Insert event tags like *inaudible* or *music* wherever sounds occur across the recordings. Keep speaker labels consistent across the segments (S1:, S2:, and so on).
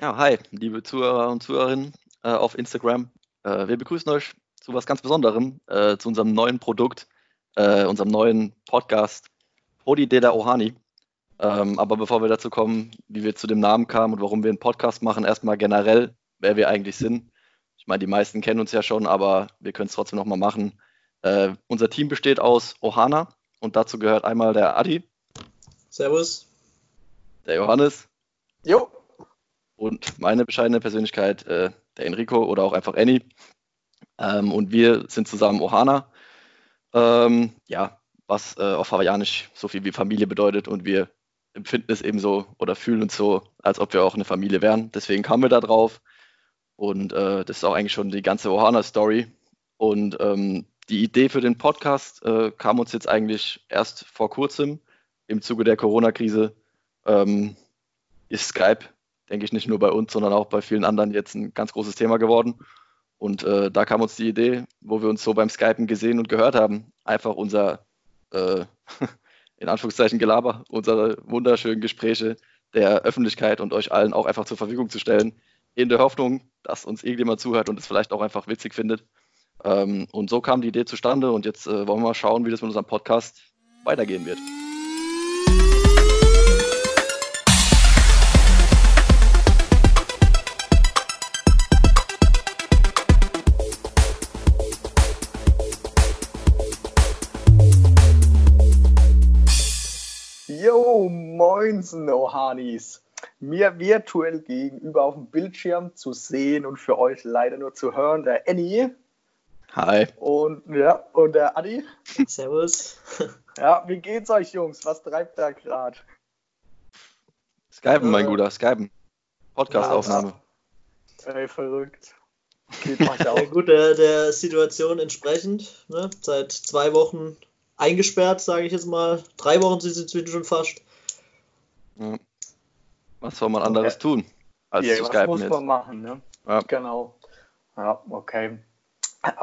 S1: Ja, hi, liebe Zuhörer und Zuhörerinnen äh, auf Instagram. Äh, wir begrüßen euch zu was ganz Besonderem, äh, zu unserem neuen Produkt, äh, unserem neuen Podcast, Odi Deda Ohani. Ähm, aber bevor wir dazu kommen, wie wir zu dem Namen kamen und warum wir einen Podcast machen, erstmal generell, wer wir eigentlich sind. Ich meine, die meisten kennen uns ja schon, aber wir können es trotzdem nochmal machen. Äh, unser Team besteht aus Ohana und dazu gehört einmal der Adi.
S2: Servus.
S1: Der Johannes.
S3: Jo
S1: und meine bescheidene Persönlichkeit, äh, der Enrico oder auch einfach Annie. Ähm, und wir sind zusammen Ohana. Ähm, ja, was äh, auf Hawaiianisch so viel wie Familie bedeutet und wir empfinden es eben so oder fühlen uns so, als ob wir auch eine Familie wären. Deswegen kamen wir da drauf. Und äh, das ist auch eigentlich schon die ganze Ohana-Story. Und ähm, die Idee für den Podcast äh, kam uns jetzt eigentlich erst vor kurzem im Zuge der Corona-Krise. Ähm, ist Skype denke ich, nicht nur bei uns, sondern auch bei vielen anderen jetzt ein ganz großes Thema geworden. Und äh, da kam uns die Idee, wo wir uns so beim Skypen gesehen und gehört haben, einfach unser, äh, *laughs* in Anführungszeichen Gelaber, unsere wunderschönen Gespräche der Öffentlichkeit und euch allen auch einfach zur Verfügung zu stellen, in der Hoffnung, dass uns irgendjemand zuhört und es vielleicht auch einfach witzig findet. Ähm, und so kam die Idee zustande und jetzt äh, wollen wir mal schauen, wie das mit unserem Podcast weitergehen wird.
S3: Yo, moinsen, Ohanis. Mir virtuell gegenüber auf dem Bildschirm zu sehen und für euch leider nur zu hören, der Annie.
S1: Hi.
S3: Und ja, und der Adi. *laughs*
S2: Servus.
S3: Ja, wie geht's euch, Jungs? Was treibt da gerade?
S1: Skypen, mein
S3: Äh,
S1: Guter, Skypen. Podcast-Aufnahme.
S3: Ey, verrückt. Geht euch
S1: *laughs*
S2: Ja,
S3: auch.
S2: gut, der, der Situation entsprechend. Ne? Seit zwei Wochen eingesperrt, sage ich jetzt mal. Drei Wochen sind es inzwischen schon fast.
S1: Ja. Was soll man anderes
S3: Okay.
S1: tun, als
S3: Ja,
S1: Also zu
S3: was
S1: Skypen
S3: muss
S1: jetzt?
S3: man machen, ne?
S1: Ja.
S3: Genau. Ja, okay.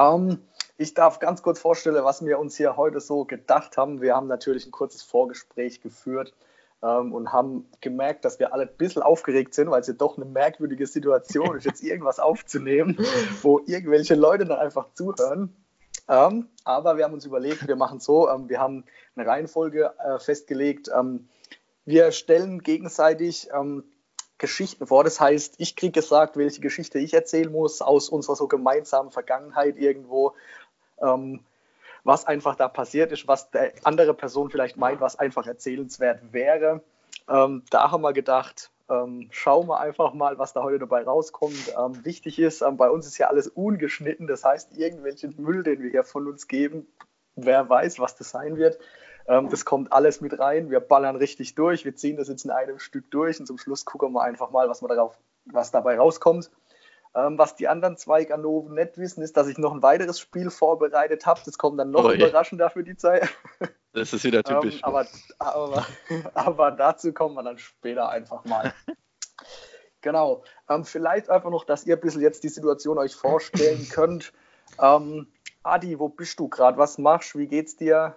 S3: Ähm, ich darf ganz kurz vorstellen, was wir uns hier heute so gedacht haben. Wir haben natürlich ein kurzes Vorgespräch geführt ähm, und haben gemerkt, dass wir alle ein bisschen aufgeregt sind, weil es ja doch eine merkwürdige Situation ist, jetzt irgendwas aufzunehmen, wo irgendwelche Leute dann einfach zuhören. Ähm, aber wir haben uns überlegt, wir machen so, ähm, wir haben eine Reihenfolge äh, festgelegt. Ähm, wir stellen gegenseitig ähm, Geschichten vor. Das heißt, ich kriege gesagt, welche Geschichte ich erzählen muss aus unserer so gemeinsamen Vergangenheit irgendwo, ähm, was einfach da passiert ist, was der andere Person vielleicht meint, was einfach erzählenswert wäre. Ähm, da haben wir gedacht, ähm, schauen wir einfach mal, was da heute dabei rauskommt. Ähm, wichtig ist, ähm, bei uns ist ja alles ungeschnitten. Das heißt, irgendwelchen Müll, den wir hier von uns geben, wer weiß, was das sein wird. Ähm, das kommt alles mit rein. Wir ballern richtig durch. Wir ziehen das jetzt in einem Stück durch und zum Schluss gucken wir einfach mal, was, wir darauf, was dabei rauskommt. Ähm, was die anderen zwei Ganoven nicht wissen, ist, dass ich noch ein weiteres Spiel vorbereitet habe. Das kommt dann noch
S1: Oh je.
S3: überraschender für die Zeit.
S1: Das ist wieder typisch.
S3: *laughs* Ähm, aber, aber, *laughs* aber dazu kommen wir dann später einfach mal. genau. Ähm, vielleicht einfach noch, dass ihr ein bisschen jetzt die Situation euch vorstellen könnt. Ähm, Adi, wo bist du gerade? Was machst du? Wie geht's dir?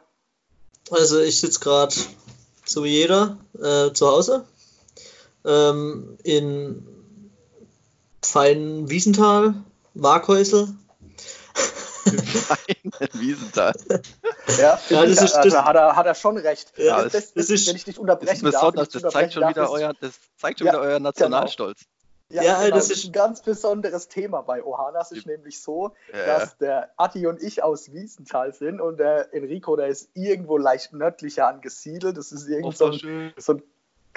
S2: Also ich sitze gerade, so wie jeder, äh, zu Hause. Ähm, in feinen Wiesental, Markhäusel.
S1: Nein, Wiesenthal.
S3: Ja,
S2: Ja, das ist-
S3: also
S2: das-
S3: hat, er, hat er schon recht.
S2: Ja,
S1: das-
S2: das ist-
S3: wenn ich
S1: Das
S3: dich
S1: ist
S3: unterbrechen darf, wenn
S1: besonders,
S3: ich dich
S1: das zeigt schon
S3: unterbrechen
S1: wieder
S3: darf,
S1: euer, das zeigt schon
S3: Ja, genau.
S1: wieder euer Nationalstolz.
S3: Ja,
S2: Ja,
S3: genau,
S2: das
S3: das
S2: ist-
S3: ist ein ganz besonderes Thema bei Ohanas. Ist nämlich so,
S1: Ja.
S3: dass der Atti und ich aus Wiesenthal sind und der Enrico, der ist irgendwo leicht nördlicher angesiedelt. Das ist
S1: Oh,
S3: irgend so
S1: so
S3: ein,
S1: schön.
S3: so ein,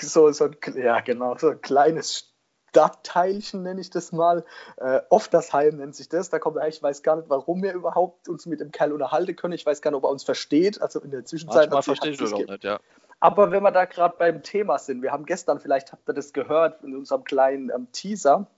S3: so, so ein, ja, genau, so ein kleines Stadtteilchen nenne ich das mal. Äh, Oftersheim nennt sich das. Da kommt er, her. ich weiß gar nicht, warum wir überhaupt uns mit dem Kerl unterhalten können. Ich weiß gar nicht, ob er uns versteht. Also in der Zwischenzeit
S1: Manchmal
S3: hat sie- hat
S1: verstehe ich
S3: sich's
S1: das auch
S3: ge-
S1: nicht, ja.
S3: aber wenn wir da gerade beim Thema sind, wir haben gestern, vielleicht habt ihr das gehört, in unserem kleinen ähm, Teaser,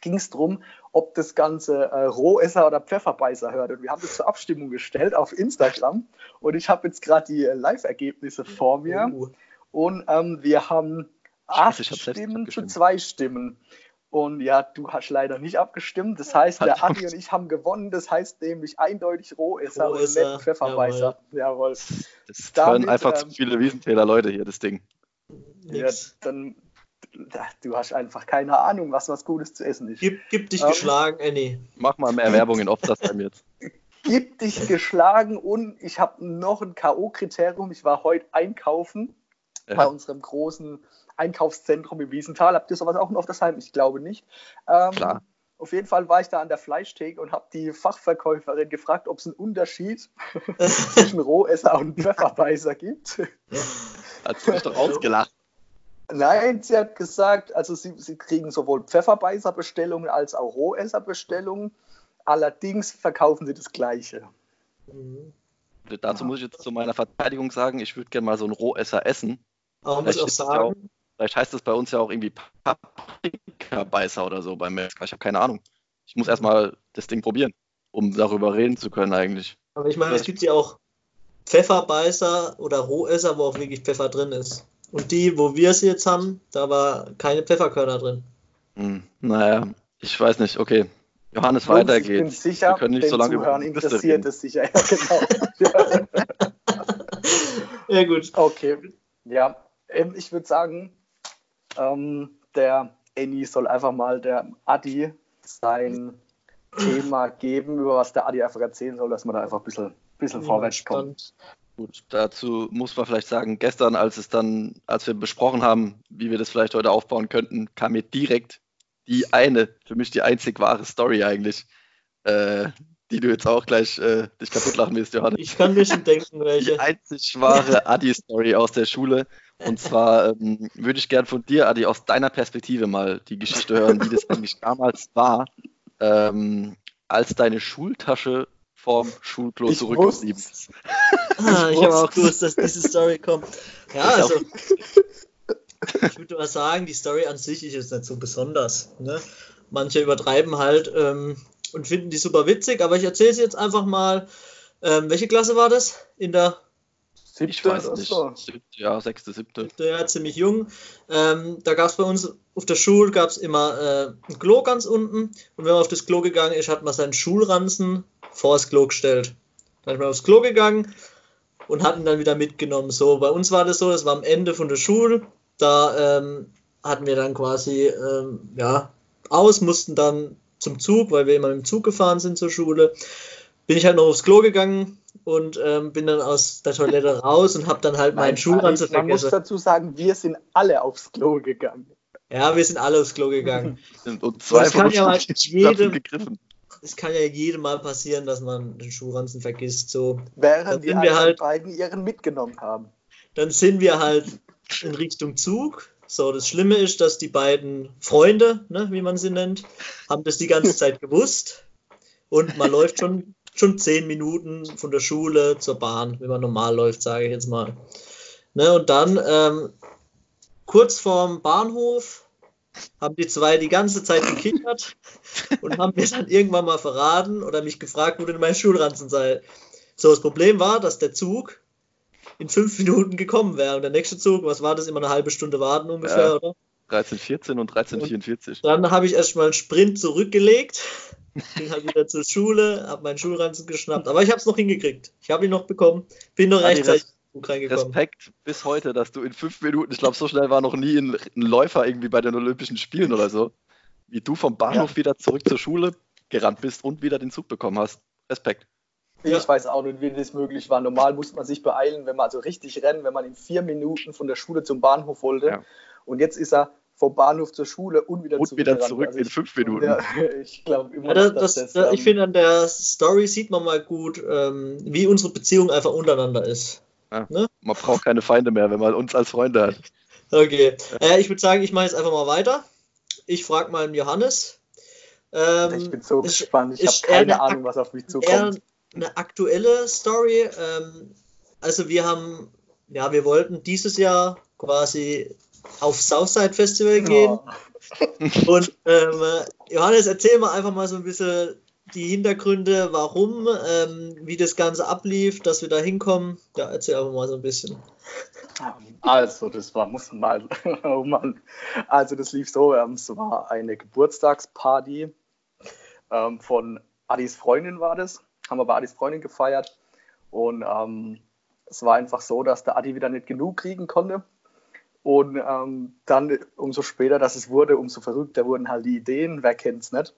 S3: ging es darum, ob das Ganze äh, Rohesser oder Pfefferbeißer hört. Und wir haben das zur Abstimmung gestellt auf Instagram. Und ich habe jetzt gerade die äh, Live-Ergebnisse
S1: Mhm.
S3: vor mir.
S2: Uh,
S3: Und ähm, wir haben
S1: Scheiße,
S3: acht
S1: Oh. ich hab selbst nicht
S3: Stimmen zu
S1: abgestimmt.
S3: zwei Stimmen. Und ja, du hast leider nicht abgestimmt. Das heißt, der
S1: Halt.
S3: Adi und ich haben gewonnen. Das heißt nämlich eindeutig Rohesser, und
S2: Rohesser,
S3: nicht Pfefferbeißer. Jawohl.
S1: Das
S3: Damit,
S1: hören einfach zu
S3: ähm,
S1: viele Wiesentäler Leute hier, das Ding.
S3: Ja,
S2: nix.
S3: dann du hast einfach keine Ahnung, was was Gutes zu essen ist.
S2: Gib, gib dich
S3: Ähm.
S2: geschlagen, Annie.
S1: Mach mal
S3: *laughs*
S1: mehr Werbung in Obstasheim jetzt.
S3: Gib dich geschlagen und ich habe noch ein K.O.-Kriterium. Ich war heute einkaufen bei
S1: Ja,
S3: unserem großen Einkaufszentrum im Wiesental. Habt ihr sowas auch in Oftersheim? Ich glaube nicht. Ähm,
S1: Klar.
S3: Auf jeden Fall war ich da an der Fleischtheke und habe die Fachverkäuferin gefragt, ob es
S1: *laughs*
S3: einen Unterschied zwischen Rohesser und Pfefferbeißer gibt.
S1: hast du mich doch ausgelacht.
S3: Nein, sie hat gesagt, also sie, sie kriegen sowohl Pfefferbeißer-Bestellungen als auch Rohesser-Bestellungen. Allerdings verkaufen sie das Gleiche.
S2: Mhm.
S1: Dazu muss ich jetzt zu meiner Verteidigung sagen, ich würde gerne mal so einen Rohesser essen.
S2: Aber man muss
S1: Vielleicht
S2: auch
S1: ist es
S2: sagen,
S1: Vielleicht heißt es bei uns ja auch irgendwie Paprikabeißer oder so beim Metzger. Ich habe keine Ahnung. Ich muss erstmal das Ding probieren, um darüber reden zu können eigentlich.
S2: aber ich meine, es gibt ja auch Pfefferbeißer oder Rohesser, wo auch wirklich Pfeffer drin ist. Und die, wo wir es jetzt haben, da war keine Pfefferkörner drin.
S1: Hm, naja, ich weiß nicht. Okay, Johannes,
S3: Jungs,
S1: weiter
S3: Ich bin
S1: geht's.
S3: sicher,
S1: Wir können nicht
S3: den
S1: so lange über
S3: Zuhörern
S1: die Liste
S3: interessiert
S1: reden.
S3: es sicher. *laughs* Ja, genau.
S2: Ja, gut.
S3: okay, ja. Ähm, ich würde sagen, ähm, der Annie soll einfach mal der Adi sein Thema geben, über was der Adi einfach erzählen soll, dass man da einfach ein bisschen, bisschen vorwärts kommt.
S2: Stand.
S1: Gut, dazu muss man vielleicht sagen, gestern, als es dann, als wir besprochen haben, wie wir das vielleicht heute aufbauen könnten, kam mir direkt die eine, für mich die einzig wahre Story eigentlich, äh, die du jetzt auch gleich äh, dich kaputt lachen willst, Johannes.
S2: Ich kann
S1: *laughs*
S2: mir schon denken, welche.
S1: Die einzig wahre Adi-Story aus der Schule. Und zwar ähm, würde ich gern von dir, Adi, aus deiner Perspektive mal die Geschichte hören, wie das eigentlich damals war, ähm, als deine Schultasche vorm Schulklo
S3: Ich
S1: zurückgeblieben
S3: wusste's.
S1: ist.
S2: Ah, ich habe auch
S3: wusste
S2: gewusst, dass diese Story kommt. Ja,
S1: Ich auch.
S2: also. Ich würde mal sagen, die Story an sich ist jetzt nicht so besonders. Ne? Manche übertreiben halt ähm, und finden die super witzig, aber ich erzähle es jetzt einfach mal. Ähm, welche Klasse war das? In der
S1: Ich weiß es
S3: so.
S1: nicht. Siebte, ja, sechste, siebte.
S2: ja, ziemlich jung. Ähm, da gab es bei uns auf der Schule gab's immer äh, ein Klo ganz unten. Und wenn man auf das Klo gegangen ist, hat man seinen Schulranzen vor das Klo gestellt. Dann ist man aufs Klo gegangen und hat ihn dann wieder mitgenommen. So, bei uns war das so, das war am Ende von der Schule. Da ähm, hatten wir dann quasi ähm, ja, aus, mussten dann zum Zug, weil wir immer mit dem Zug gefahren sind zur Schule. Bin ich halt noch aufs Klo gegangen und ähm, bin dann aus der Toilette raus und habe dann halt meinen
S3: Nein,
S2: Schulranzen
S3: Man muss
S2: vergessen.
S3: dazu sagen, wir sind alle aufs Klo gegangen.
S2: Ja, wir sind alle aufs Klo gegangen.
S1: Und zwei
S2: Das
S1: von
S2: kann ja
S1: *laughs*
S2: mal
S1: uns haben
S2: jedem-
S1: gegriffen.
S2: es kann ja jedem Mal passieren, dass man den Schuhranzen vergisst. So, Dann
S3: Während die
S2: sind wir
S3: anderen
S2: halt-
S3: beiden ihren mitgenommen haben.
S2: dann sind wir halt in Richtung Zug. So, das Schlimme ist, dass die beiden Freunde, ne, wie man sie nennt, haben das die ganze Zeit gewusst. Und man läuft schon, schon zehn Minuten von der Schule zur Bahn, wenn man normal läuft, sage ich jetzt mal. Ne, und dann ähm, kurz vorm Bahnhof haben die zwei die ganze Zeit gekichert und haben mir dann irgendwann mal verraten oder mich gefragt, wo denn mein Schulranzen sei. So, das Problem war, dass der Zug in fünf Minuten gekommen wäre und der nächste Zug, was war das, immer eine halbe Stunde warten ungefähr,
S1: Ja.
S2: oder?
S1: 1314 und 1344.
S2: Dann habe ich erstmal einen Sprint zurückgelegt, bin halt wieder zur Schule, habe meinen Schulranzen geschnappt, aber ich habe es noch hingekriegt. Ich habe ihn noch bekommen, bin noch
S3: Ah,
S1: Adi,
S2: rechtzeitig in den Zug reingekommen.
S1: Respekt bis heute, dass du in fünf Minuten, ich glaube, so schnell war noch nie ein, ein Läufer irgendwie bei den Olympischen Spielen oder so, wie du vom Bahnhof wieder zurück zur Schule gerannt bist und wieder den Zug bekommen hast. Respekt.
S2: Ja.
S3: Ich weiß auch nicht, wie das möglich war. Normal muss man sich beeilen, wenn man also richtig rennen, wenn man in vier Minuten von der Schule zum Bahnhof wollte.
S1: Ja.
S3: Und jetzt ist er vom Bahnhof zur Schule und wieder
S1: Und wieder
S3: zurückgerannt.
S1: zurück
S3: Also
S1: in
S3: ich,
S1: fünf Minuten.
S3: Ja, *laughs* ich glaube immer,
S2: Ja, das,
S3: noch,
S2: das,
S3: dass
S2: das,
S3: ähm,
S2: ich finde, an der Story sieht man mal gut, ähm, wie unsere Beziehung einfach untereinander ist.
S1: Man braucht keine Feinde mehr, wenn man uns als Freunde hat.
S2: Okay, äh, ich würde sagen, ich mache jetzt einfach mal weiter. Ich frage mal den Johannes. Ähm,
S3: ich bin so
S2: ist-
S3: gespannt. Ich habe
S2: ist er
S3: keine
S2: eine
S3: Ahnung, was auf mich
S2: eher
S3: zukommt.
S2: eine aktuelle Story. Ähm, also wir haben, ja, wir wollten dieses Jahr quasi auf Southside Festival gehen.
S3: Oh,
S2: Und ähm, Johannes, erzähl mal einfach mal so ein bisschen die Hintergründe, warum, ähm, wie das Ganze ablief, dass wir da hinkommen. Ja, erzähl einfach mal so ein bisschen.
S3: Also, das war, muss man mal, *laughs* oh Mann. Also, das lief so: ähm, Es war eine Geburtstagsparty ähm, von Adis Freundin, war das. Haben wir bei Adis Freundin gefeiert. Und ähm, es war einfach so, dass der Adi wieder nicht genug kriegen konnte. Und ähm, dann, umso später das es wurde, umso verrückter wurden halt die Ideen, wer kennt's nicht.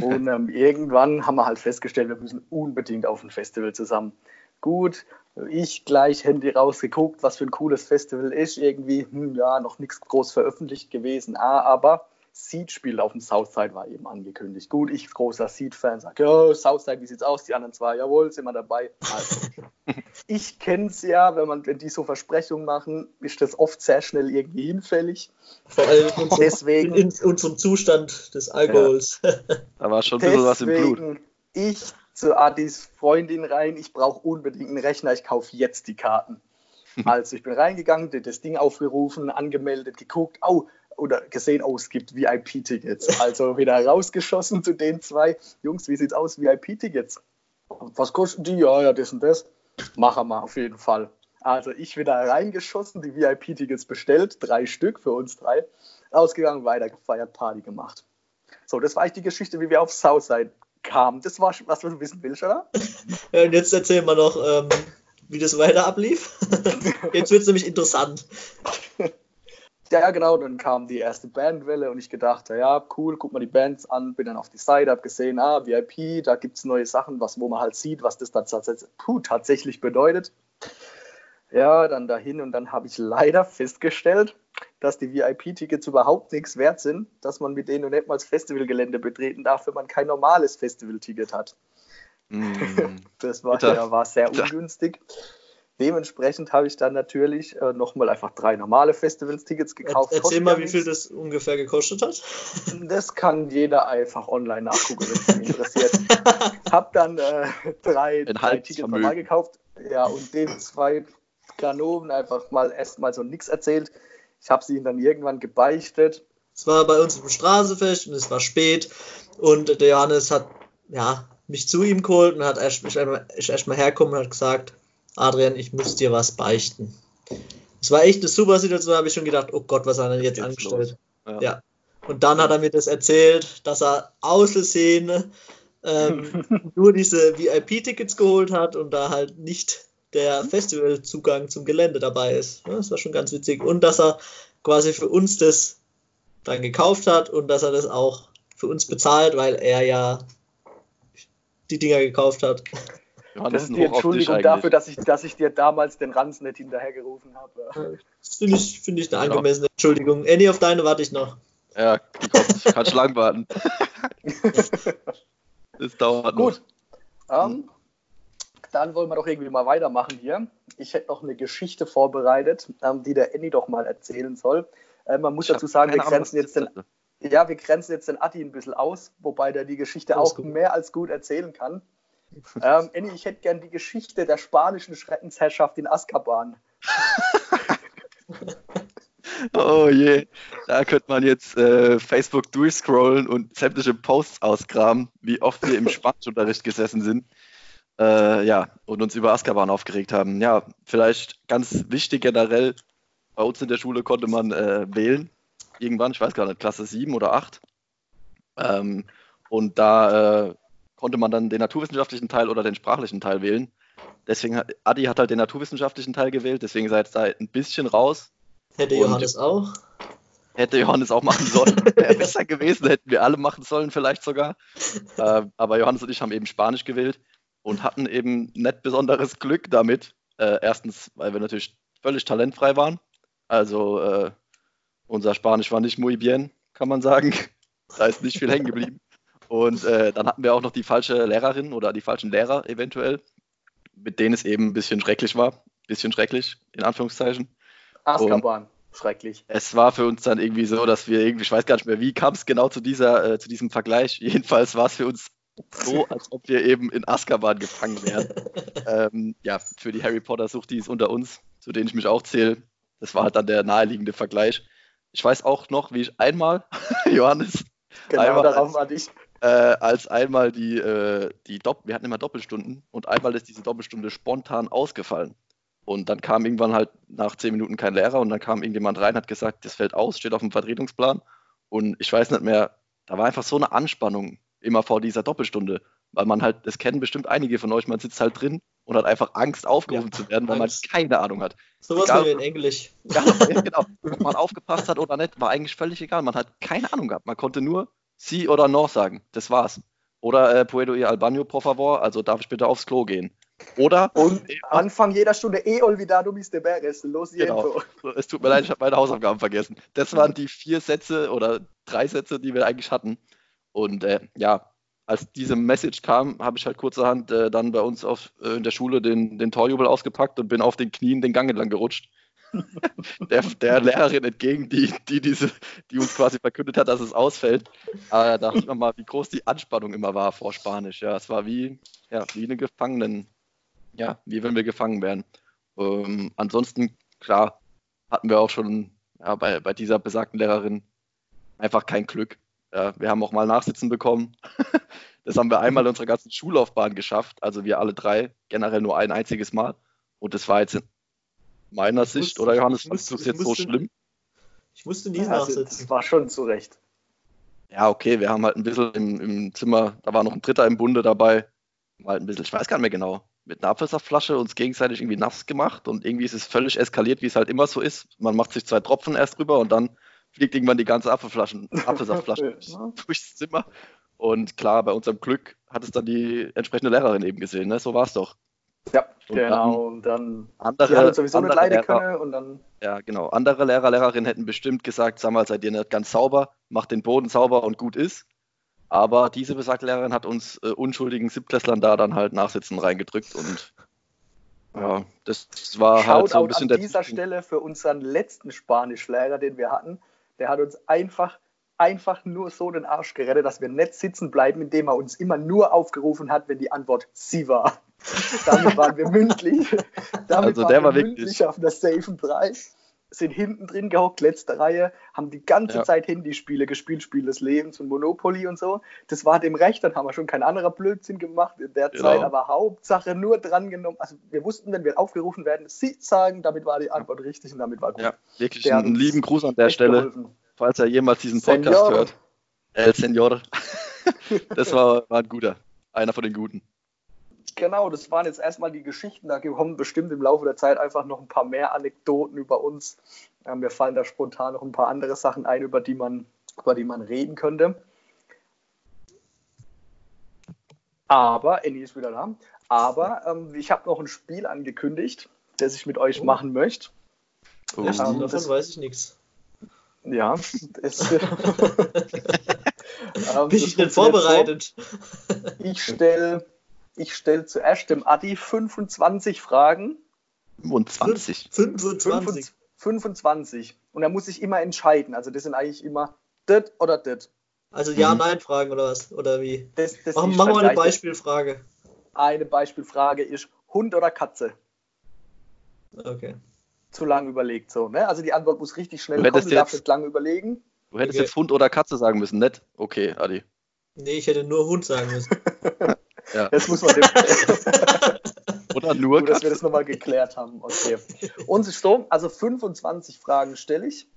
S3: Und ähm, irgendwann haben wir halt festgestellt, wir müssen unbedingt auf ein Festival zusammen. Gut, ich gleich Handy rausgeguckt, was für ein cooles Festival ist. Irgendwie, hm, ja, noch nichts groß veröffentlicht gewesen. Ah, aber Seed-Spiel auf dem Southside war eben angekündigt. Gut, ich großer Seed-Fan, sag, ja, Southside, wie sieht's aus? Die anderen zwei, jawohl, sind wir dabei. Also, ich kenn's ja, wenn, man, wenn die so Versprechungen machen, ist das oft sehr schnell irgendwie hinfällig.
S2: Vor allem in unserem,
S3: Deswegen-
S2: in unserem Zustand des Alkohols.
S1: Da war schon ein bisschen was im Blut.
S3: Deswegen ich zu Adis Freundin rein, ich brauche unbedingt einen Rechner, ich kaufe jetzt
S1: *laughs*
S3: die Karten. Also ich bin reingegangen, hab das Ding aufgerufen, angemeldet, geguckt, au, oder gesehen, oh, es gibt VIP-Tickets. Also wieder rausgeschossen zu den zwei. Jungs, wie sieht's aus, VIP-Tickets? Was kosten die? Ja, ja, das und das. Machen wir auf jeden Fall. Also ich wieder reingeschossen, die VIP-Tickets bestellt, drei Stück für uns drei. Rausgegangen, weitergefeiert, Party gemacht. So, das war eigentlich die Geschichte, wie wir auf Southside kamen. Das war, schon- was du wissen willst, oder?
S2: *laughs* Ja, und jetzt erzählen wir noch, ähm, wie das weiter ablief. jetzt wird es nämlich interessant.
S3: Ja, ja, genau, dann kam die erste Bandwelle und ich gedachte, ja, cool, guck mal die Bands an, bin dann auf die Seite, hab gesehen, ah, VIP, da gibt's neue Sachen, was, wo man halt sieht, was das dann tats puh, tatsächlich bedeutet. Ja, dann dahin und dann habe ich leider festgestellt, dass die VIP-Tickets überhaupt nichts wert sind, dass man mit denen nicht mal das Festivalgelände betreten darf, wenn man kein normales Festival-Ticket hat.
S1: Mm.
S3: Das war,
S1: Bitter.
S3: ja, war sehr
S1: Bitter.
S3: ungünstig. Dementsprechend habe ich dann natürlich äh, nochmal einfach drei normale Festivals-Tickets gekauft.
S2: Erzähl
S3: Kostet
S2: mal,
S3: ja
S2: wie viel
S3: nichts.
S2: das ungefähr gekostet hat.
S3: Das kann jeder einfach online nachgucken, wenn es
S2: *laughs*
S3: ihn interessiert. Hab dann äh, drei, drei Tickets
S1: Enthaltsvermögen.
S3: normal gekauft. Ja, und den zwei Ganoven einfach mal erstmal so nichts erzählt. Ich habe sie ihnen dann irgendwann gebeichtet.
S2: Es war bei uns im Straßenfest und es war spät. Und der Johannes hat ja, mich zu ihm geholt und hat erst, mich einmal, ist erstmal hergekommen und hat gesagt, Adrian, ich muss dir was beichten. Es war echt eine super Situation, da habe ich schon gedacht, oh Gott, was hat er denn jetzt,
S1: Jetzt
S2: angestellt?
S1: los. Ja.
S2: Ja. Und dann hat er mir das erzählt, dass er aus der Szene ähm,
S1: *laughs*
S2: nur diese VIP-Tickets geholt hat und da halt nicht
S1: Mhm.
S2: der Festivalzugang zum Gelände dabei ist. Ja, Das war schon ganz witzig. Und dass er quasi für uns das dann gekauft hat und dass er das auch für uns bezahlt, weil er ja die Dinger gekauft hat.
S1: Johannes
S3: Das ist
S1: ein
S3: die
S1: Hoch auf dich
S3: Entschuldigung
S1: eigentlich.
S3: dafür, dass ich, dass ich dir damals den Ranzen nicht hinterhergerufen habe.
S2: Das finde ich, finde ich
S1: Genau.
S2: eine angemessene Entschuldigung. Annie, auf deine warte ich noch.
S1: Ja, die kommt. Kannst lang
S3: *laughs*
S1: warten. Das dauert noch.
S3: Gut. Ähm, dann wollen wir doch irgendwie mal weitermachen hier. Ich hätte noch eine Geschichte vorbereitet, ähm, die der Andy doch mal erzählen soll. Äh, man muss
S1: Ich hab
S3: dazu sagen, wir
S1: keine Ahnung,
S3: grenzen,
S1: was
S3: jetzt den,
S1: das ist.
S3: ja, wir grenzen jetzt den Adi ein bisschen aus, wobei der die Geschichte
S2: Alles
S3: auch
S2: gut.
S3: mehr als gut
S1: *laughs*
S3: erzählen kann. Ähm, Andy, ich hätte gern die Geschichte der spanischen Schreckensherrschaft in Azkaban.
S1: Oh je, da könnte man jetzt äh, Facebook durchscrollen und sämtliche Posts ausgraben, wie oft wir im Spanischunterricht gesessen sind. Äh, ja, und uns über Azkaban aufgeregt haben. Ja, vielleicht ganz wichtig generell, bei uns in der Schule konnte man äh, wählen, irgendwann, ich weiß gar nicht, Klasse 7 oder 8. Ähm, und da äh, konnte man dann den naturwissenschaftlichen Teil oder den sprachlichen Teil wählen. Deswegen hat Adi hat halt den naturwissenschaftlichen Teil gewählt, deswegen seid ihr da ein bisschen raus.
S2: Hätte
S1: Und-
S2: Johannes auch.
S1: Hätte Johannes auch machen sollen. Wäre besser gewesen, hätten wir alle machen sollen, vielleicht sogar. Äh, aber Johannes und ich haben eben Spanisch gewählt und hatten eben nicht besonderes Glück damit. Äh, erstens, weil wir natürlich völlig talentfrei waren. Also äh, unser Spanisch war nicht muy bien, kann man sagen. *laughs* Da ist nicht viel hängen geblieben. Und äh, dann hatten wir auch noch die falsche Lehrerin oder die falschen Lehrer eventuell, mit denen es eben ein bisschen schrecklich war. Bisschen schrecklich, in Anführungszeichen.
S3: Azkaban, schrecklich.
S1: Es war für uns dann irgendwie so, dass wir irgendwie, ich weiß gar nicht mehr, wie kam es genau zu dieser, äh, zu diesem Vergleich. *laughs* Jedenfalls war es für uns so, als ob wir eben in Azkaban gefangen wären. ähm, ja, für die Harry Potter Suchtis unter uns, zu denen ich mich auch zähle, das war halt dann der naheliegende Vergleich. Ich weiß auch noch, wie ich einmal, *laughs* Johannes,
S3: Genau
S1: Einmal-
S3: darauf hatte ich.
S1: äh, als einmal die, äh, die Dopp wir hatten immer Doppelstunden und einmal ist diese Doppelstunde spontan ausgefallen. Und dann kam irgendwann halt nach zehn Minuten kein Lehrer und dann kam irgendjemand rein, hat gesagt, das fällt aus, steht auf dem Vertretungsplan. Und ich weiß nicht mehr, da war einfach so eine Anspannung immer vor dieser Doppelstunde, weil man halt, das kennen bestimmt einige von euch, man sitzt halt drin und hat einfach Angst, aufgerufen
S2: Ja,
S1: zu werden, weil
S2: Angst.
S1: man keine Ahnung hat.
S2: Sowas
S1: Egal.
S2: nennen wir in Englisch.
S1: *laughs* Ja, genau. Ob man aufgepasst hat oder nicht, war eigentlich völlig egal. Man hat keine Ahnung gehabt. Man konnte nur Sie oder No sagen. Das war's. Oder äh, Puedo y al baño, por favor. Also darf ich bitte aufs Klo gehen. Oder,
S3: Und Anfang jeder Stunde eh olvidado mis deberes. Los
S1: Genau.
S3: genau.
S1: es tut mir leid, ich habe meine Hausaufgaben vergessen. Das waren die vier Sätze oder drei Sätze, die wir eigentlich hatten. Und äh, ja, als diese Message kam, habe ich halt kurzerhand äh, dann bei uns auf, äh, in der Schule den, den Torjubel ausgepackt und bin auf den Knien den Gang entlang gerutscht. *laughs* der, der Lehrerin entgegen, die, die, diese, die uns quasi verkündet hat, dass es ausfällt. Aber da dachte ich mir mal, wie groß die Anspannung immer war vor Spanisch. Ja, es war wie, ja, wie eine Gefangenen. Ja, wie wenn wir gefangen wären. Ähm, ansonsten, klar, hatten wir auch schon ja, bei, bei dieser besagten Lehrerin einfach kein Glück. Ja, wir haben auch mal Nachsitzen bekommen. *laughs* das haben wir einmal in unserer ganzen Schullaufbahn geschafft. Also wir alle drei, generell nur ein einziges Mal. Und das war jetzt in meiner
S2: Ich muss-
S1: Sicht, oder Johannes,
S2: ich muss-
S1: fandst du es
S2: ich
S1: jetzt so
S2: musste-
S1: schlimm?
S2: Ich musste nie
S1: Genau.
S3: Also,
S2: nachsitzen.
S3: das war schon zu Recht.
S1: Ja, okay, wir haben halt ein bisschen im, im Zimmer, da war noch ein Dritter im Bunde dabei. Haben Halt ein bisschen, ich weiß gar nicht mehr genau, mit einer Apfelsaftflasche uns gegenseitig irgendwie nass gemacht und irgendwie ist es völlig eskaliert, wie es halt immer so ist. Man macht sich zwei Tropfen erst rüber und dann fliegt irgendwann die ganze
S3: *laughs*
S1: Apfelflaschen, Apfelsaftflasche
S3: Ja.
S1: durchs Zimmer. Und klar, bei unserem Glück hat es dann die entsprechende Lehrerin eben gesehen, ne? So war es doch.
S3: Ja,
S1: Und
S3: genau. Und dann.
S1: Andere,
S3: die haben uns sowieso nicht
S1: andere
S3: leiden
S1: Lehrer-
S3: können und dann.
S1: Ja, genau. Andere Lehrer, Lehrerinnen hätten bestimmt gesagt, sag mal, seid ihr nicht ganz sauber, macht den Boden sauber und gut ist. Aber diese besagte Lehrerin hat uns äh, unschuldigen Siebtklässlern da dann halt Nachsitzen reingedrückt und ja, das war halt so ein
S3: Shoutout
S1: bisschen
S3: an
S1: der
S3: dieser Stelle für unseren letzten Spanischlehrer, den wir hatten. Der hat uns einfach, einfach nur so den Arsch gerettet, dass wir nicht sitzen bleiben, indem er uns immer nur aufgerufen hat, wenn die Antwort
S1: *laughs*
S3: sie war. Damit waren wir mündlich. Damit
S1: Also der war
S3: wir
S1: wirklich-
S3: mündlich auf einer safen Preis. Sind hinten drin gehockt, letzte Reihe, haben die ganze
S1: Ja.
S3: Zeit Handyspiele gespielt, Spiel des Lebens und Monopoly und so. Das war dem recht, dann haben wir schon kein anderer Blödsinn gemacht in der
S1: Genau.
S3: Zeit, aber Hauptsache nur drangenommen. Also wir wussten, wenn wir aufgerufen werden, sie sagen, damit war die Antwort richtig und damit war gut.
S1: Ja, wirklich
S3: Der hat
S1: einen
S3: uns
S1: lieben Gruß an der
S3: Echt
S1: Stelle,
S3: geholfen.
S1: falls er jemals diesen Podcast
S3: Senor.
S1: hört. El Senor. *laughs* das war, war ein guter. Einer von den Guten.
S3: Genau, das waren jetzt erstmal die Geschichten. Da kommen bestimmt im Laufe der Zeit einfach noch ein paar mehr Anekdoten über uns. Ähm, mir fallen da spontan noch ein paar andere Sachen ein, über die man, über die man reden könnte. Aber, Annie ist wieder da. Aber ähm, ich habe noch ein Spiel angekündigt, das ich mit euch
S2: Oh.
S3: machen möchte.
S2: Echt?
S3: Ja,
S1: Oh,
S2: Davon
S3: das-
S2: weiß ich nichts.
S3: Ja. Es,
S2: *laughs*
S3: *laughs* Ähm,
S2: Bin
S3: das
S2: ich denn
S3: funktioniert
S2: vorbereitet?
S3: So, ich stelle ich stell zuerst dem Adi 25 Fragen.
S1: 25.
S2: 25.
S3: 25. Und da muss ich immer entscheiden. Also das sind eigentlich immer das oder das.
S2: Also Ja,
S1: Mhm.
S2: Nein Fragen oder was? Oder wie?
S3: das, das
S2: Machen,
S3: ist
S2: machen wir eine
S3: vergleiche.
S2: Beispielfrage.
S3: Eine Beispielfrage ist Hund oder Katze?
S2: Okay.
S3: Zu lang überlegt so. Ne? Also die Antwort muss richtig schnell
S1: Du hättest
S3: kommen. Du darfst
S1: jetzt-
S3: nicht lang überlegen.
S1: Du hättest
S2: Okay.
S1: jetzt Hund oder Katze sagen müssen, nett. Okay, Adi.
S2: Nee, ich hätte nur Hund sagen müssen.
S3: *laughs*
S1: Ja.
S3: Jetzt muss man dem,
S1: Oder nur
S3: gut, dass
S1: Katze.
S3: wir das nochmal geklärt haben. Okay. Uns ist so, also 25 Fragen stelle ich.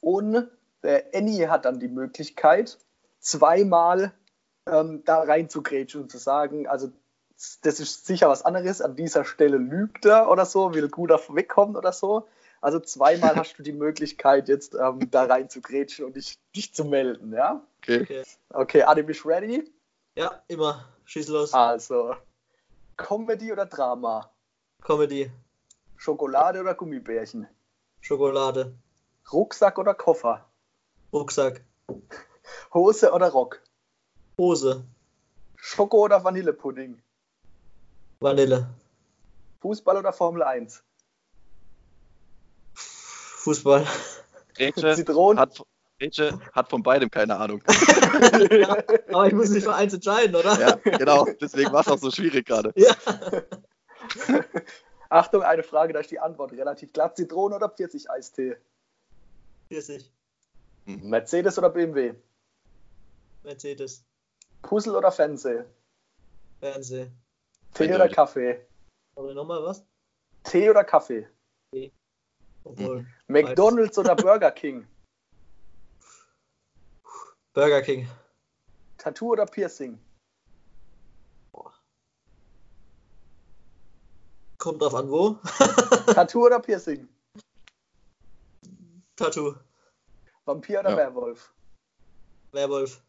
S3: Und der Annie hat dann die Möglichkeit, zweimal ähm, da reinzugrätschen und zu sagen, also das ist sicher was anderes, an dieser Stelle lügt er oder so, will gut davon wegkommen oder so. Also zweimal hast du die Möglichkeit, jetzt ähm, da reinzugrätschen und dich, dich zu melden, ja?
S1: Okay.
S3: Okay, Adi, bist du ready?
S2: Ja, immer. Schieß los.
S3: Also, Comedy oder Drama?
S2: Comedy.
S3: Schokolade oder Gummibärchen?
S2: Schokolade.
S3: Rucksack oder Koffer?
S2: Rucksack.
S3: Hose oder Rock?
S2: Hose.
S3: Schoko oder Vanillepudding?
S2: Vanille.
S3: Fußball oder Formel 1?
S2: Fußball. *laughs*
S1: Grätsche
S3: Zitronen?
S1: hat, Grätsche hat von beidem keine Ahnung.
S2: Aber ich muss mich für eins entscheiden, oder? *laughs*
S1: Ja, genau. Deswegen war es auch so schwierig gerade.
S3: Achtung, eine Frage, da ist die Antwort relativ klar. Zitronen oder Pfirsicheistee?
S2: Pfirsich.
S3: Mercedes oder BMW?
S2: Mercedes.
S3: Puzzle oder Fernseh?
S2: Fernseh.
S3: Tee oder
S1: Eindeutig.
S3: Kaffee?
S2: Oder nochmal was?
S3: Tee oder Kaffee?
S2: Obwohl.
S3: Mhm. McDonalds oder Burger King?
S2: Burger King.
S3: Tattoo oder Piercing?
S2: Kommt drauf an, wo. *laughs*
S3: Tattoo oder Piercing?
S2: Tattoo.
S3: Vampir oder
S1: Ja.
S3: Werwolf?
S2: Werwolf.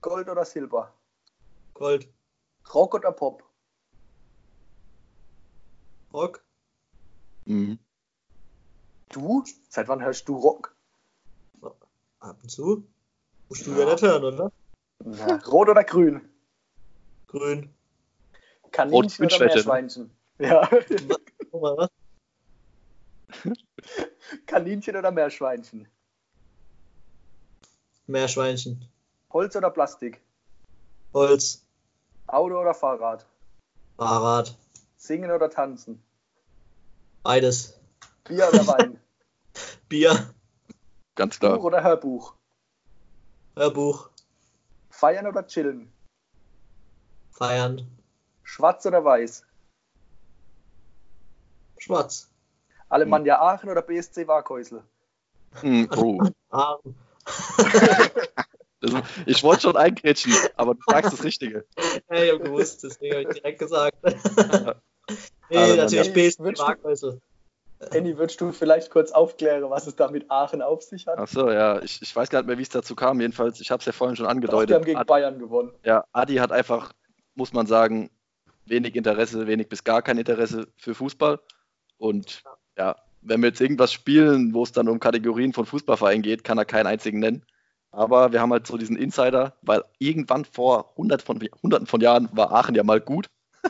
S3: Gold oder Silber?
S2: Gold.
S3: Rock oder Pop?
S2: Rock.
S1: Mhm.
S3: Du? Seit wann hörst du Rock?
S2: Ab und zu. Musst du
S3: Ja.
S2: ja nicht hören, oder?
S3: Na, Rot oder Grün?
S1: Rot,
S2: Grün.
S1: ne?
S3: Kaninchen
S1: Grün,
S3: oder
S1: Schwäche.
S3: Meerschweinchen? *laughs* Ja.
S2: Guck mal, was?
S3: Kaninchen oder Meerschweinchen?
S2: Meerschweinchen.
S3: Holz oder Plastik?
S2: Holz.
S3: Auto oder Fahrrad?
S2: Fahrrad.
S3: Singen oder tanzen?
S2: Beides.
S3: Bier
S1: *laughs*
S3: oder Wein?
S2: Bier.
S1: Ganz
S3: Buch
S1: klar.
S3: oder Hörbuch?
S2: Hörbuch.
S3: Feiern oder chillen?
S2: Feiern.
S3: Schwarz oder weiß?
S2: Schwarz.
S3: Alemannia
S1: Hm.
S3: Aachen oder BSC Warkhäusl?
S1: Mhm. Oh.
S2: Arm.
S1: Also, ich wollte schon eingrätschen, aber du sagst das Richtige.
S2: Ja, ich hab gewusst, deswegen habe ich direkt *laughs* gesagt. nee,
S1: Also,
S2: natürlich
S3: dann-
S2: Besen
S3: Wünsch-
S2: Markhäusl.
S3: Andy, würdest du vielleicht kurz aufklären, was es da mit Aachen auf sich hat?
S1: Achso, ja, ich, ich weiß gar nicht mehr, wie es dazu kam. Jedenfalls, ich habe es ja vorhin schon
S3: Doch, die haben
S1: angedeutet.
S3: gegen Bayern gewonnen.
S1: ja, Adi hat einfach, muss man sagen, wenig Interesse, wenig bis gar kein Interesse für Fußball. Und ja, wenn wir jetzt irgendwas spielen, wo es dann um Kategorien von Fußballvereinen geht, kann er keinen einzigen nennen. Aber wir haben halt so diesen Insider, weil irgendwann vor hundert von, hunderten von Jahren war Aachen ja mal gut *laughs*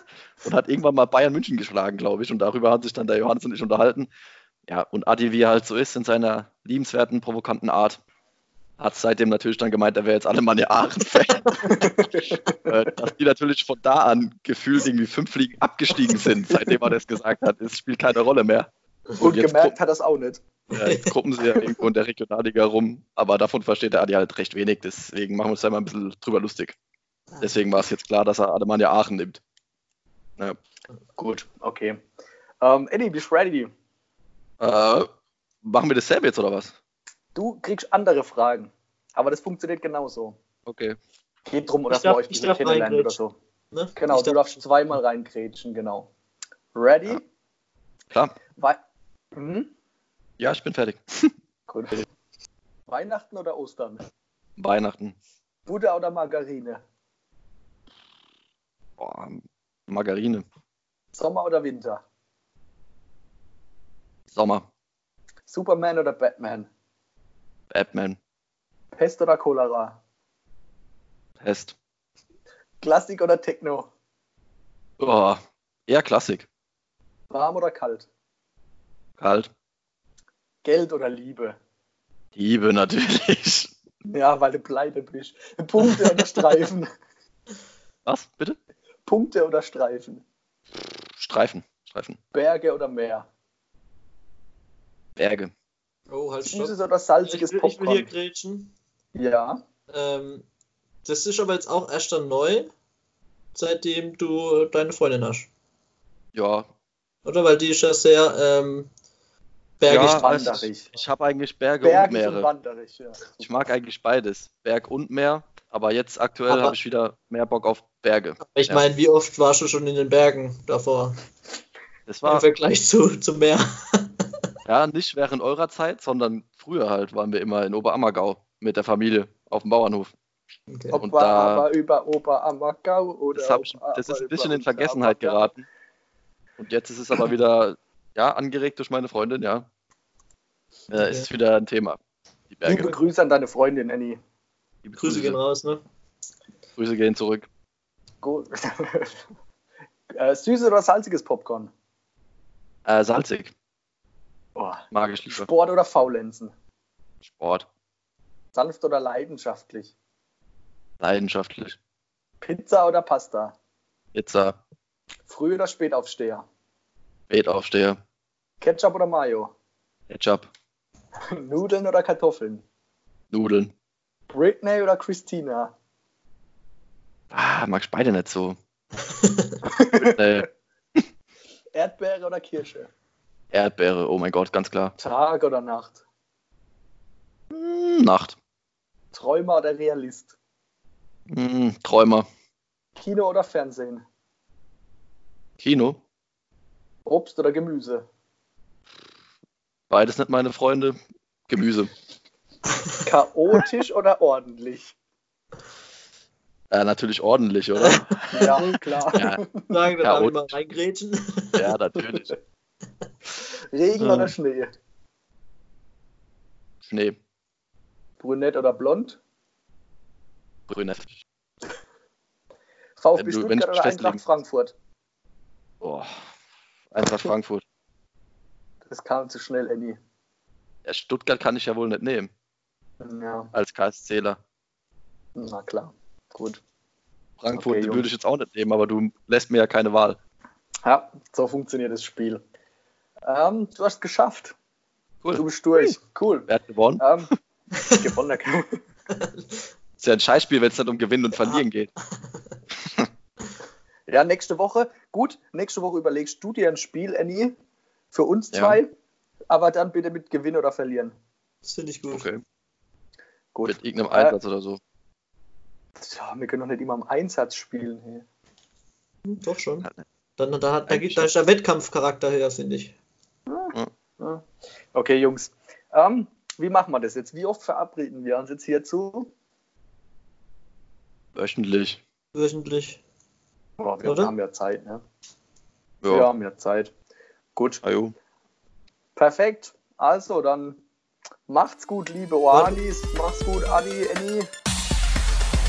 S1: und hat irgendwann mal Bayern München geschlagen, glaube ich. Und darüber haben sich dann der Johannes und ich unterhalten. Ja, und Adi, wie er halt so ist, in seiner liebenswerten, provokanten Art, hat seitdem natürlich dann gemeint, er wäre jetzt Alemannia Aachen-Fan. Äh, dass die natürlich von da an gefühlt irgendwie fünf Ligen abgestiegen sind, seitdem er das gesagt hat. Es spielt keine Rolle mehr. Äh,
S3: Und
S1: jetzt
S3: gemerkt hat das auch nicht.
S1: gucken- ja, jetzt gucken sie ja irgendwo in der Regionalliga rum, aber davon versteht der Adi halt recht wenig, deswegen machen wir uns da mal ein bisschen drüber lustig. Deswegen war es jetzt klar, dass er Alemannia Aachen nimmt.
S3: Gut, okay. Ähm, Andy, bist du ready?
S1: Äh, machen wir dasselbe jetzt oder was?
S3: Du kriegst andere Fragen, aber das funktioniert genauso.
S1: Okay.
S3: Geht drum, dass
S2: Ich darf-
S3: wir euch ein
S2: ich
S3: bisschen
S2: darf
S3: kennenlernen oder
S2: reingrätschen.
S3: so.
S2: Ne?
S3: Genau,
S2: Ich
S3: du
S2: darf-
S3: darfst zweimal reingrätschen, genau. Ready?
S1: Ja. Klar.
S3: Wei mhm.
S1: Ja, ich bin fertig.
S3: Gut. Weihnachten oder Ostern?
S1: Weihnachten.
S3: Butter oder Margarine?
S1: Boah, Margarine.
S3: Sommer oder Winter?
S1: Sommer.
S3: Superman oder Batman?
S1: Batman.
S3: Pest oder Cholera?
S1: Pest.
S3: Klassik oder Techno?
S1: Boah. Eher Klassik.
S3: Warm oder kalt?
S1: Kalt.
S3: Geld oder Liebe?
S1: Liebe natürlich.
S3: Ja, weil du pleite bist. Punkte oder Streifen?
S1: Was? Bitte?
S3: Punkte oder Streifen?
S1: Streifen. Streifen.
S3: Berge oder Meer?
S1: Berge.
S2: Oh, halt, stopp.
S3: Süßes oder
S2: Ich
S3: salziges
S2: will, ich will hier
S3: Popcorn?
S2: grätschen.
S3: Ja.
S2: Ähm, das ist aber jetzt auch erst dann neu, seitdem du deine Freundin hast.
S1: Ja,
S2: Oder? Weil die ist ja sehr ähm, bergisch.
S1: Ja,
S2: dran.
S1: also-
S3: Wanderig.
S1: ich habe eigentlich Berge und
S3: Bergisch und
S1: Meere.
S3: wanderig, ja.
S1: Ich mag eigentlich beides, Berg und Meer. Aber jetzt aktuell
S2: Aber-
S1: habe ich wieder mehr Bock auf Berge.
S2: ich
S1: ja.
S2: meine, wie oft warst du schon in den Bergen davor?
S1: Das
S2: Im
S1: war
S2: Vergleich zu, zum Meer.
S1: ja nicht während eurer Zeit, sondern früher halt waren wir immer in Oberammergau mit der Familie auf dem Bauernhof.
S2: Okay.
S1: Und
S3: Ob wir
S1: da-
S3: aber über Oberammergau oder
S1: Das, hab ich,
S3: ob
S1: das
S3: wir
S1: ist ein
S3: über
S1: bisschen in
S3: unser
S1: Vergessenheit
S3: Ammergau-
S1: geraten. Und jetzt ist es aber wieder, ja, angeregt durch meine Freundin, ja. Äh, ist es wieder ein Thema. Die
S3: Liebe
S1: Berge.
S3: Grüße an deine Freundin, Annie.
S1: Liebe
S2: Grüße gehen raus, ne?
S1: Grüße gehen zurück.
S3: Gut. *laughs* äh, süßes oder salziges Popcorn?
S1: Äh, salzig,
S3: Oh.
S1: mag ich lieber.
S3: Sport oder Faulenzen?
S1: Sport,
S3: Sanft oder leidenschaftlich?
S1: leidenschaftlich.
S3: Pizza oder Pasta?
S1: Pizza,
S3: Früh- oder Spätaufsteher?
S1: Beetaufsteher,
S3: Ketchup oder Mayo? *laughs*
S1: Ketchup,
S3: Nudeln oder Kartoffeln?
S1: Nudeln.
S3: Britney oder Christina?
S1: Ah, mag ich beide nicht
S3: *laughs*
S1: so. äh,
S3: Erdbeere oder Kirsche?
S1: Erdbeere, oh mein Gott, ganz klar.
S3: Tag oder Nacht?
S1: Mm, Nacht.
S3: Träumer oder Realist?
S1: Mm, Träumer.
S3: Kino oder Fernsehen?
S1: Kino,
S3: Obst oder Gemüse?
S1: Beides nicht meine Freunde. Gemüse.
S3: Chaotisch oder ordentlich?
S1: Äh, natürlich ordentlich, oder?
S3: *laughs* Ja, klar.
S1: ja,
S2: Sagen wir mal
S1: Chaotisch.
S2: immer reingrätschen.
S1: ja, natürlich.
S3: Regen
S1: Ja.
S3: oder Schnee?
S1: Schnee,
S3: Brünett oder blond?
S1: Brünett. Wenn du-
S3: VfB
S1: wenn
S3: Stuttgart
S1: du
S3: oder
S1: festlegen-
S3: Eintracht Frankfurt?
S1: Boah. Eintracht Frankfurt.
S3: Das kam zu schnell, Annie.
S1: Ja, Stuttgart kann ich ja wohl nicht nehmen
S3: Ja,
S1: als KSCler.
S3: na klar. Gut.
S1: Frankfurt
S3: Okay,
S1: die
S3: Jungs.
S1: würde ich jetzt auch nicht nehmen, aber du lässt mir ja keine Wahl.
S3: Ja, so funktioniert das Spiel. Ähm, du hast es geschafft.
S1: Cool.
S3: Du bist durch. Cool.
S1: Wer hat gewonnen?
S3: Ähm, *laughs* gewonnen. der Kerl.
S1: Ist ja ein Scheißspiel, wenn es nicht um Gewinnen und
S3: Ah.
S1: Verlieren geht.
S3: Ja, nächste Woche. Gut, nächste Woche überlegst du dir ein Spiel, Annie. Für uns
S1: Ja.
S3: zwei. Aber dann bitte mit Gewinn oder Verlieren.
S2: Das finde ich gut.
S1: Okay.
S3: Gut.
S1: Mit irgendeinem Einsatz oder so.
S3: Tja, wir können doch nicht immer im Einsatz spielen. Hey.
S2: Hm, Doch schon. Dann, da, da, da,
S1: ne. Eigentlich
S2: gibt, da ist der Wettkampfcharakter her, finde ich.
S3: Ja. Okay, Jungs. Ähm, wie machen wir das jetzt? Wie oft verabreden wir uns jetzt hierzu?
S1: Wöchentlich.
S2: Wöchentlich.
S3: Oh, wir
S2: Oder?
S3: haben ja Zeit, ne?
S1: Ja.
S3: Wir haben ja Zeit. Gut,
S1: Ah, jo.
S3: perfekt. Also, dann macht's gut, liebe Oanis. Macht's gut, Adi, Annie.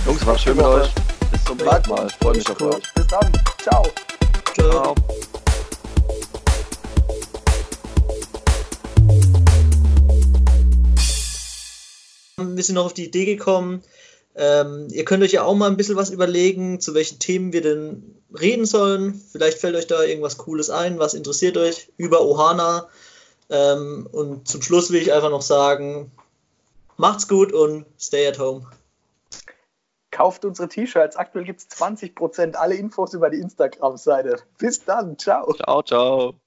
S1: Jungs, war schön mit
S3: Woche.
S1: euch. Bis zum nächsten Mal. Ich freue mich auf euch.
S3: Bis dann. Ciao.
S1: Ciao.
S2: Ciao. ein bisschen noch auf die Idee gekommen. Ähm, ihr könnt euch ja auch mal ein bisschen was überlegen, zu welchen Themen wir denn reden sollen. Vielleicht fällt euch da irgendwas Cooles ein, was interessiert euch über Ohana. Ähm, und zum Schluss will ich einfach noch sagen, macht's gut und stay at home.
S3: Kauft unsere T-Shirts. Aktuell gibt's 20%. Alle Infos über die Instagram-Seite. Bis dann. Ciao.
S1: Ciao, ciao.